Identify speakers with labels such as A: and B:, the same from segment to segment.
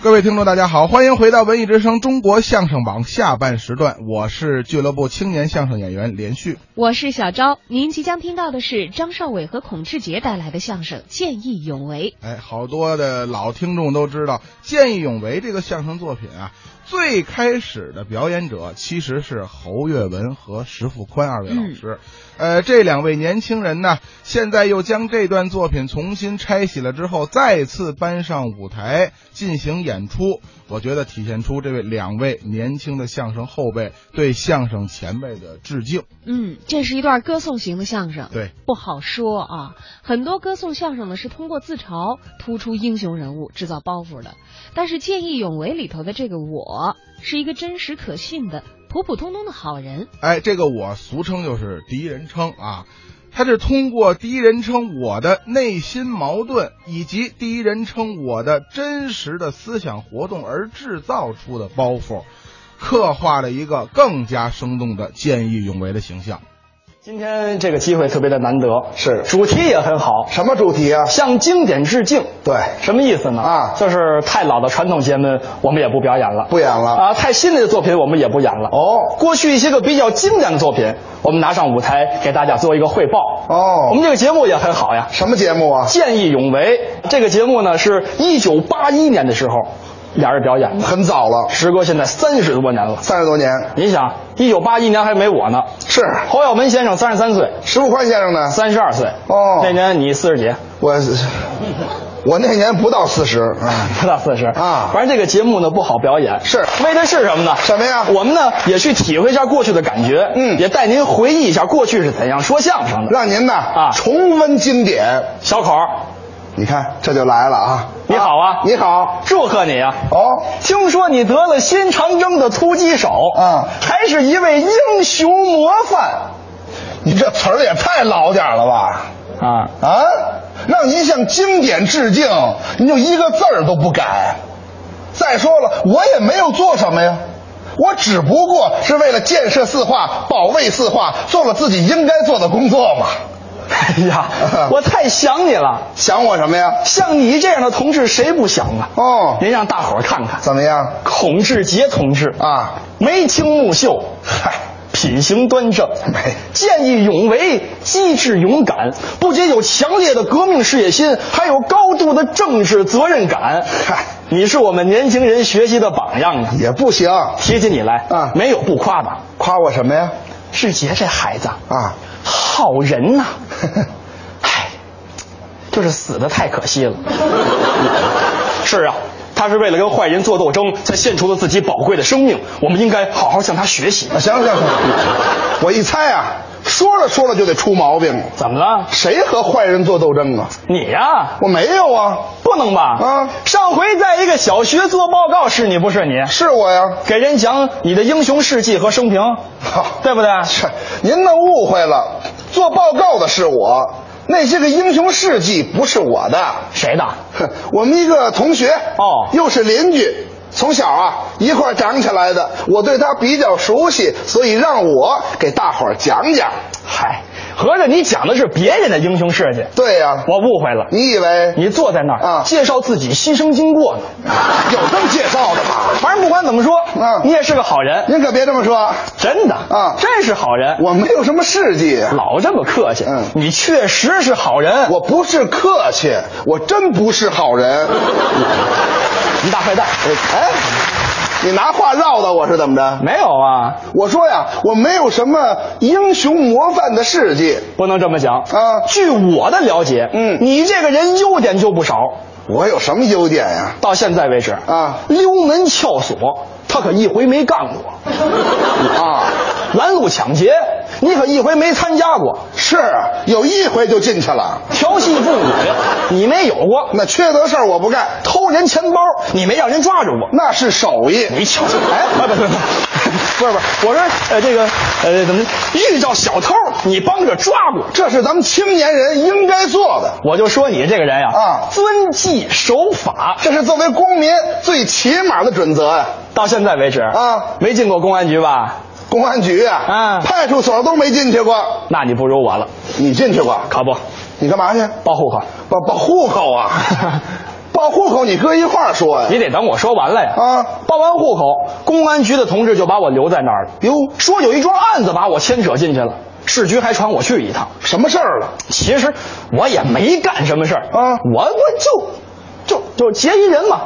A: 各位听众，大家好，欢迎回到《文艺之声》中国相声榜下半时段，我是俱乐部青年相声演员连续。
B: 我是小昭，您即将听到的是张少伟和孔志杰带来的相声《见义勇为
A: 哎，好多的老听众都知道，《见义勇为》这个相声作品啊，最开始的表演者其实是侯月文和石富宽二位老师。呃，这两位年轻人呢，现在又将这段作品重新拆洗了之后，再次搬上舞台进行演出。我觉得体现出这位两位年轻的相声后辈对相声前辈的致敬。》。
B: 嗯，这是一段歌颂型的相声，
A: 对，
B: 不好说啊。很多歌颂相声呢是通过自嘲突出英雄人物、制造包袱的，但是《见义勇为》里头的这个我是一个真实可信的、普普通通的好人。
A: 哎，这个我俗称就是第一人称啊，它是通过第一人称我的内心矛盾以及第一人称我的真实的思想活动而制造出的包袱，刻画了一个更加生动的见义勇为的形象。
C: 今天这个机会特别的难得，
D: 是
C: 主题也很好，
D: 什么主题啊？
C: 向经典致敬。
D: 对
C: 什么意思呢？
D: 啊
C: 就是太老的传统节目我们也不表演了，
D: 不演了
C: 啊，太新的作品我们也不演了。
D: 哦
C: 过去一些个比较经典的作品，我们拿上舞台给大家做一个汇报。
D: 哦
C: 我们这个节目也很好呀，
D: 什么节目啊？
C: 见义勇为。这个节目呢，是一九八一年的时候俩人表演的，
D: 很早了，
C: 时隔现在三十多年了。
D: 三十多年。
C: 你想，一九八一年还没我呢，
D: 是
C: 侯耀文先生三十三岁，
D: 石富宽先生呢？
C: 三十二岁。
D: 哦
C: 那年你四十几，
D: 我我那年不到四十啊。
C: 不到四十
D: 啊
C: 反正这个节目呢不好表演，
D: 是
C: 为的是什么呢？
D: 什么呀
C: 我们呢也去体会一下过去的感觉，
D: 嗯
C: 也带您回忆一下过去是怎样说相声的。
D: 让您呢
C: 啊
D: 重温经典。
C: 小口儿，
D: 你看这就来了啊！
C: 你好啊
D: 你好。
C: 祝贺你啊！
D: 哦，
C: 听说你得了新长征的突击手，
D: 啊
C: 还是一位英雄模范
D: 你这词儿也太老点儿了吧？
C: 啊！
D: 啊，让您向经典致敬，您就一个字儿都不改。再说了，我也没有做什么呀，我只不过是为了建设四化、保卫四化，做了自己应该做的工作嘛。
C: 哎 呀，我太想你了，
D: 想我什么呀？
C: 像你这样的同志谁不想啊？
D: 哦
C: 您让大伙儿看看，
D: 怎么样？
C: 孔志杰同志
D: 啊，
C: 眉清目秀，嗨，品行端正，
D: 没
C: 见义勇为，机智勇敢，不仅有强烈的革命事业心，还有高度的政治责任感。
D: 嗨
C: 你是我们年轻人学习的榜样啊！
D: 也不行，
C: 提起你来
D: 啊
C: 没有不夸的。
D: 夸我什么呀？
C: 志杰这孩子
D: 啊，
C: 好人 呐、唉，就是死的太可惜了。 是啊，他是为了跟坏人做斗争，才献出了自己宝贵的生命。我们应该好好向他学习。
D: 啊行了行了，行了 我一猜啊，说着说着就得出毛病。
C: 怎么了？
D: 谁和坏人做斗争啊？
C: 你呀、
D: 我没有啊，
C: 不能吧？
D: 啊
C: 上回在一个小学做报告是你不是你？
D: 是我呀。
C: 给人讲你的英雄事迹和生平，对不对？
D: 是，您都误会了。做报告的是我，那些个英雄事迹不是我的。
C: 谁的？
D: 哼，我们一个同学
C: 哦
D: 又是邻居，从小啊一块儿长起来的，我对他比较熟悉，所以让我给大伙儿讲讲。
C: 嗨，合着你讲的是别人的英雄事迹，
D: 对呀、
C: 我误会了。
D: 你以为
C: 你坐在那儿
D: 啊
C: 介绍自己牺牲经过呢。
D: 有这么介绍的吗？
C: 反正不管怎么说，
D: 嗯
C: 你也是个好人，
D: 您可别这么说，
C: 真的
D: 嗯啊
C: 真是好人。
D: 我没有什么事迹，
C: 老这么客气，
D: 嗯
C: 你确实是好人。
D: 我不是客气，我真不是好人。
C: 你大坏蛋，
D: 哎，你拿话绕到我是怎么着？
C: 没有啊，
D: 我说呀，我没有什么英雄模范的事迹。
C: 不能这么讲
D: 啊
C: 据我的了解，
D: 嗯
C: 你这个人优点就不少，
D: 我有什么优点呀？
C: 到现在为止
D: 啊
C: 溜门撬锁，他可一回没干过；
D: 啊，
C: 拦路抢劫，你可一回没参加过；
D: 是啊有一回就进去了，
C: 调戏妇女，你没有过；
D: 那缺德事儿我不干，
C: 偷人钱包，你没让人抓住过。
D: 那是手艺。
C: 没瞧见？哎，不不不，不是不是，我说呃这个呃怎么遇到小偷你帮着抓捕，
D: 这是咱们青年人应该做的，
C: 我就说你这个人呀
D: 啊
C: 遵纪守法，
D: 这是作为公民最起码的准则呀。
C: 到现在为止
D: 啊
C: 没进过公安局吧？
D: 公安局啊，
C: 啊
D: 派出所都没进去过，
C: 那你不如我了，
D: 你进去过？
C: 可不，
D: 你干嘛去？
C: 报户口。
D: 报报户口啊？报户口你搁一块儿说呀、
C: 你得等我说完了呀。
D: 啊
C: 报完户口，公安局的同志就把我留在那儿了。
D: 哟
C: 说有一桩案子把我牵扯进去了，市局还传我去一趟。
D: 什么事儿了？
C: 其实我也没干什么事儿
D: 啊
C: 我我就就就劫一人嘛。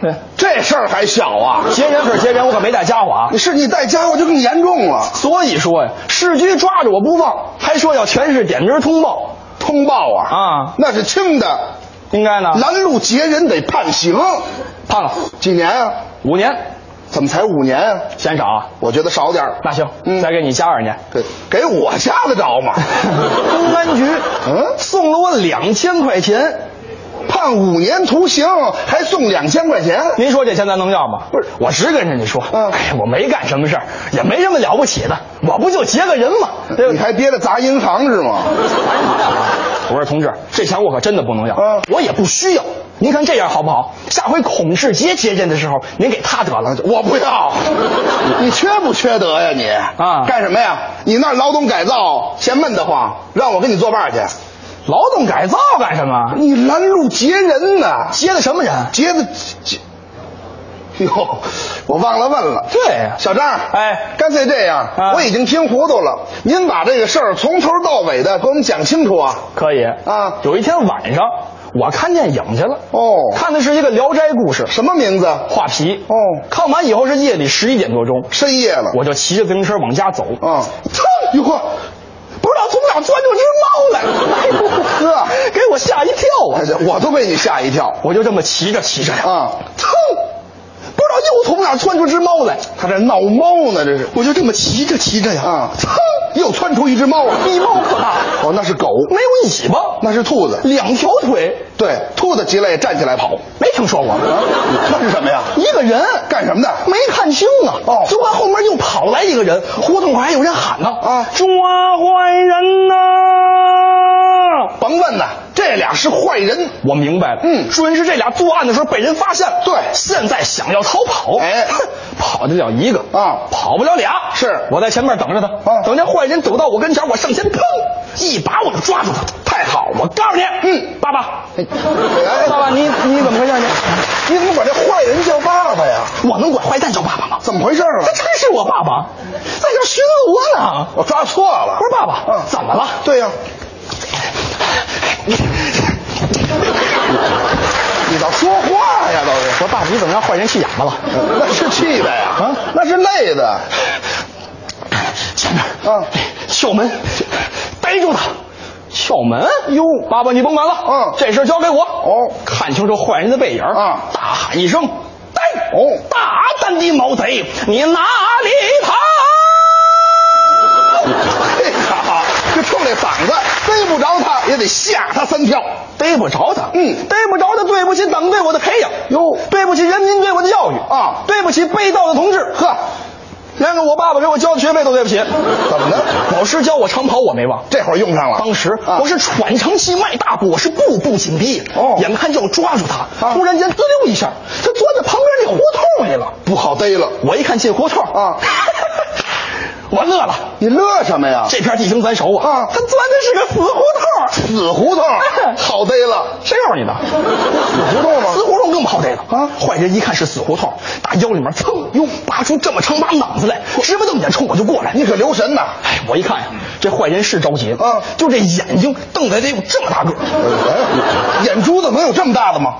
C: 对，
D: 这事儿还小啊！
C: 劫人是劫人，我可没带家伙啊
D: 你。是你带家伙就更严重了。
C: 所以说呀，市局抓着我不放，还说要全市点名通报。
D: 通报啊
C: 啊
D: 那是轻的，
C: 应该呢，
D: 拦路劫人得判刑，
C: 判了
D: 几年啊？
C: 五年，
D: 怎么才五年啊？
C: 嫌少啊？
D: 我觉得少点儿
C: 那行，
D: 嗯
C: 再给你加二 年。
D: 给给我吓得着吗？
C: 公安局
D: 嗯
C: 送了我两千块钱，
D: 判五年徒刑，还送两千块钱。
C: 您说这钱咱能要吗？
D: 不是
C: 我直跟人家说，
D: 嗯
C: 哎，我没干什么事儿，也没什么了不起的，我不就劫个人吗？对不
D: 嗯
C: 对？
D: 你还憋着砸银行是吗？
C: 我说同志，这钱我可真的不能要，
D: 嗯
C: 我也不需要。您看这样好不好？下回孔世杰接见的时候，您给他得了。
D: 我不要， 你缺不缺德呀你？
C: 啊
D: 干什么呀？你那儿劳动改造嫌闷得慌，让我跟你作伴去。
C: 劳动改造干什么？
D: 你拦路劫人呢？
C: 劫的什么人？
D: 劫的劫，哟，我忘了问了。
C: 对呀
D: 小张，
C: 哎
D: 干脆这样，
C: 啊
D: 我已经听糊涂了，您把这个事儿从头到尾的给我们讲清楚啊。
C: 可以
D: 啊
C: 有一天晚上，我看电影去了，
D: 哦
C: 看的是一个《聊斋故事》，
D: 什么名字？
C: 画皮。
D: 哦
C: 看完以后是夜里十一点多钟，
D: 深夜了。
C: 我就骑着自行车往家走。
D: 啊，哟呵，
C: 不知道从哪钻出只猫来，
D: 呵
C: 给我吓一跳啊！
D: 哎我都被你吓一跳
C: 我就这么骑着骑着呀，
D: 啊！
C: 噌，不知道又从哪窜出只猫来，
D: 他这闹猫呢，这是
C: 我就这么骑着骑着呀，
D: 啊！
C: 噌，
D: 又窜出一只猫了，
C: 一猫吧，
D: 哦，那是狗，
C: 没有尾巴，
D: 那是兔子。
C: 两条腿，
D: 对，兔子急了也站起来跑。
C: 没听说过。
D: 那是什么呀？
C: 一个人
D: 干什么的？
C: 没看清啊！
D: 哦
C: 就看后面又跑来一个人，胡同口还有人喊呢：“
D: 啊
C: 抓坏人呐、
D: 甭问呐，这俩是坏人。
C: 我明白了，
D: 嗯
C: 说明是这俩作案的时候被人发现了，
D: 对
C: 现在想要逃跑，
D: 哎
C: 哼跑得了一个
D: 啊
C: 跑不了俩，
D: 是
C: 我在前面等着他，
D: 啊
C: 等这坏人走到我跟前，我上前砰一把我就抓住他，太好了，我告诉你，
D: 嗯
C: 爸爸，
D: 哎
C: 爸爸，你你怎么回事你？
D: 你怎么管这坏人叫爸爸呀？
C: 我能管坏蛋叫爸爸吗？
D: 怎么回事儿啊
C: 他？真是我爸爸，在这寻我呢，
D: 我抓错了。
C: 不是爸爸，
D: 嗯
C: 怎么了？
D: 对呀、你倒说话呀，倒是。
C: 我说爸爸，你怎么让坏人气哑巴了？
D: 那是气的呀，
C: 啊
D: 那是累的。
C: 前面
D: 啊
C: 撬门，逮住他，撬门。哟，爸爸你甭管了，
D: 嗯
C: 这事儿交给我。
D: 哦
C: 看清楚坏人的背影儿
D: 啊
C: 大喊一声：“逮！”
D: 哦
C: 大胆的毛贼，你哪里逃？
D: 这好，就冲 这嗓子，逮不着他也得吓他三跳。
C: 逮不着他，
D: 嗯
C: 逮不着他，对不起党对我的培养，
D: 哟
C: 对不起人民对我的教育
D: 啊
C: 对不起被盗的同志，呵，连个我爸爸给我交的学费都对不起，
D: 怎么的？
C: 老师教我长跑，我没忘。
D: 这会儿用上了。
C: 当时
D: 啊
C: 我是喘长气迈大步，我是步步紧逼。
D: 哦
C: 眼看就要抓住他，
D: 啊
C: 突然间滋溜一下，他钻到旁边那胡同里了。
D: 不好逮了。
C: 我一看进胡同
D: 啊，
C: 我乐了，
D: 你乐什么呀？
C: 这片地形咱熟啊
D: 啊。
C: 他钻的是个死胡同，
D: 死胡
C: 啊
D: 同，啊好逮了。
C: 谁告诉你的？
D: 死胡同吗
C: 死胡同更不好逮了
D: 啊
C: 坏人一看是死胡同，打腰里面蹭，哟，拔出这么长把脑子来，直不瞪眼冲我就过来。
D: 你可留神呐！
C: 哎，我一看呀，这坏人是着急了
D: 啊
C: 就这眼睛瞪得得有这么大个儿，
D: 哎眼珠子能有这么大的吗？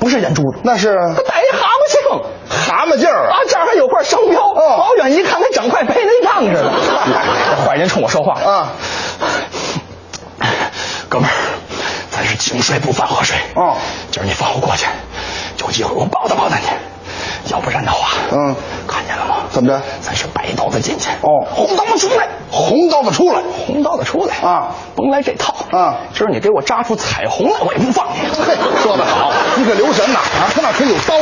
C: 不是眼珠子，
D: 那是
C: 他戴一蛤蟆镜。
D: 蛤蟆劲
C: 啊
D: 儿啊！，
C: 这儿还有块商标，
D: 哦
C: 老远一看跟长块白内障似的。这 坏人冲我说话
D: 啊，
C: 哥们儿，咱是井水不犯河水。
D: 哦
C: 今儿你放我过去，有机会我报答报答你，要不然的话，
D: 嗯
C: 看见了吗？
D: 怎么着
C: 咱是白刀子进去，
D: 哦
C: 红刀子出来，
D: 红刀子出来，
C: 红刀子出来
D: 啊，
C: 甭来这套
D: 啊
C: 今儿你给我扎出彩虹来，我也不放你。
D: 嘿， 说得好，你可留神呐！啊，他那可有刀。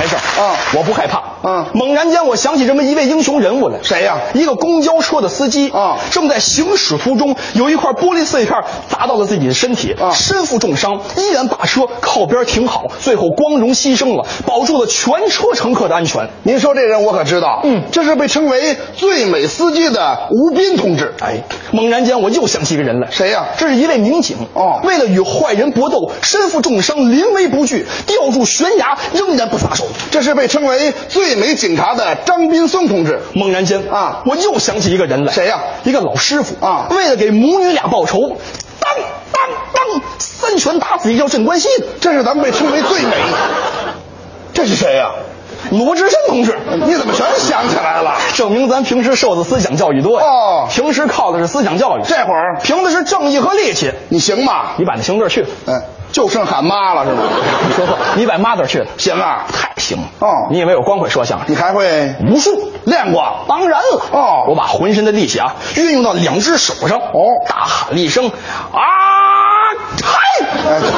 C: 没事儿
D: 啊
C: 我不害怕。
D: 嗯
C: 猛然间我想起这么一位英雄人物来，
D: 谁呀
C: 一个公交车的司机
D: 啊
C: 正在行驶途中，有一块玻璃碎片砸到了自己的身体，
D: 啊
C: 身负重伤，依然把车靠边停好，最后光荣牺牲了，保住了全车乘客的安全。
D: 您说这人我可知道，
C: 嗯
D: 这是被称为最美司机的吴斌同志。
C: 哎，猛然间，我又想起一个人来，
D: 谁呀
C: 这是一位民警
D: 哦
C: 为了与坏人搏斗，身负重伤，临危不惧，吊住悬崖，仍然不撒手。
D: 这是被称为最美警察的张斌松同志。
C: 猛然间
D: 啊
C: 我又想起一个人来，
D: 谁呀
C: 一个老师傅
D: 啊
C: 为了给母女俩报仇，当当当，三拳打死一叫镇关西的
D: 这是咱们被称为最美。这是谁呀、
C: 啊罗志深同志。
D: 你怎么全想起来了？
C: 证明咱平时受的思想教育多呀，
D: 哦
C: 平时靠的是思想教育，
D: 这会儿
C: 凭的是正义和力气。
D: 你行吗？
C: 你把那行字儿去了，
D: 嗯，就剩喊妈了是吗？
C: 你说错，你把妈字儿去了，
D: 行啊，
C: 太行了。
D: 哦
C: 你以为我光会说相声
D: 你？还会
C: 武术
D: 练过？
C: 当然了。
D: 哦
C: 我把浑身的力气啊，运用到两只手上。
D: 哦
C: 大喊了一声啊！
D: 哎，
C: 嗨，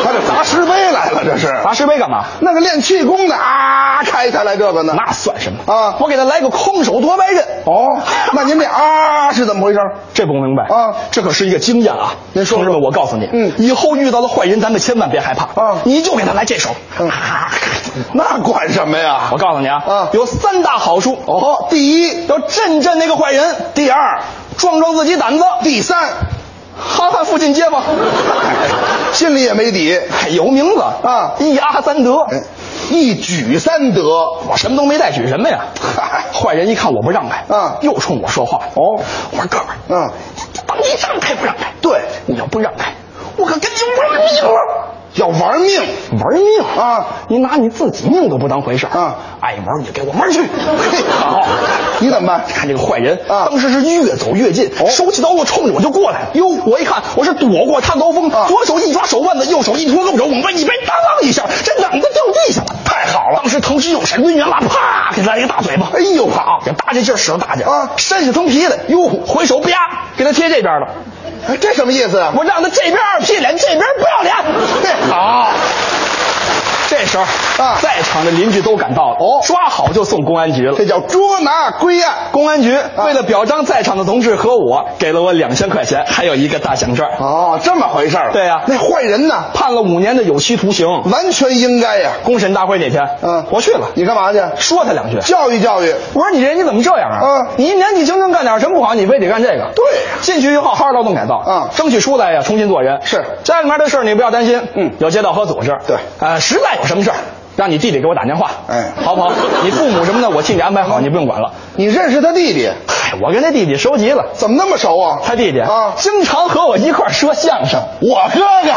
D: 他这砸石碑来了，这是
C: 砸石碑干嘛？
D: 那个练气功的啊，开下来这个呢？
C: 那算什么
D: 啊
C: 我给他来个空手夺白刃。
D: 哦，那您这啊是怎么回事？
C: 这不明白
D: 啊
C: 这可是一个经验啊！
D: 您说
C: 同志们，我告诉你，
D: 嗯
C: 以后遇到了坏人，咱们千万别害怕
D: 啊
C: 你就给他来这手。
D: 嗯 那管什么呀
C: 我？告诉你啊，
D: 啊
C: 有三大好处。
D: 哦，第一，
C: 要震震那个坏人；第二，壮壮自己胆子；第三，哈哈附近街坊，
D: 心里也没底，
C: 哎有名字
D: 啊
C: 一阿三德。
D: 哎一举三得。
C: 我什么都没带，举什么呀？坏人一看我不让开，
D: 啊
C: 又冲我说话。
D: 哦
C: 我说哥们儿，
D: 嗯
C: 当你让开不让开？
D: 对
C: 你要不让开，我可跟你玩命了。
D: 要玩命，
C: 玩命
D: 啊！
C: 你拿你自己命都不当回事儿
D: 啊！
C: 爱玩你就给我玩去！
D: 嘿
C: 好，
D: 你怎么办
C: 你看这个坏人
D: 啊
C: 当时是越走越近，
D: 哦
C: 手起刀落冲着我就过来了。哟，我一看我是躲过他刀锋，
D: 啊
C: 左手一抓手腕子，右手一拖右手往外一掰，当啷一下，这脑袋掉地下了。太好了！当时腾时右闪抡圆拉，啪给他来一个大嘴巴。
D: 哎呦
C: 好，这大劲劲儿使了大劲儿
D: 啊
C: 扇起层皮来。哟，回手啪给他贴这边了。
D: 哎这什么意思啊？
C: 我让他这边二劈脸，这边不要脸。
D: 嘿
C: 好，这时候
D: 啊
C: 在场的邻居都赶到了，
D: 哦
C: 抓好就送公安局了
D: 这。叫捉拿归案。啊
C: 公安局为了表彰在场的同志和我，给了我两千块钱，还有一个大奖券，
D: 哦，这么回事儿。
C: 对呀
D: 那坏人呢？
C: 判了五年的有期徒刑。
D: 完全应该呀。
C: 公审大会那天，
D: 嗯
C: 我去了，
D: 你干嘛去？
C: 说他两句。
D: 教育教育。
C: 我说你人你怎么这样啊？
D: 嗯
C: 你一年你轻轻干点什么不好，你非得干这个？
D: 对
C: 进去以后好好劳动改造，
D: 嗯
C: 争取出来呀，重新做人。
D: 是
C: 家里面的事儿你不要担心，
D: 嗯
C: 有街道和组织。
D: 对
C: 呃，实在有什么事儿，让你弟弟给我打电话，
D: 哎嗯
C: 好不好？你父母什么的，我替你安排好，你不用管了。
D: 你认识他弟弟？
C: 嗨，我跟他弟弟熟极了，
D: 怎么那么熟啊？
C: 他弟弟
D: 啊，
C: 经常和我一块儿说相声。
D: 我哥哥呀。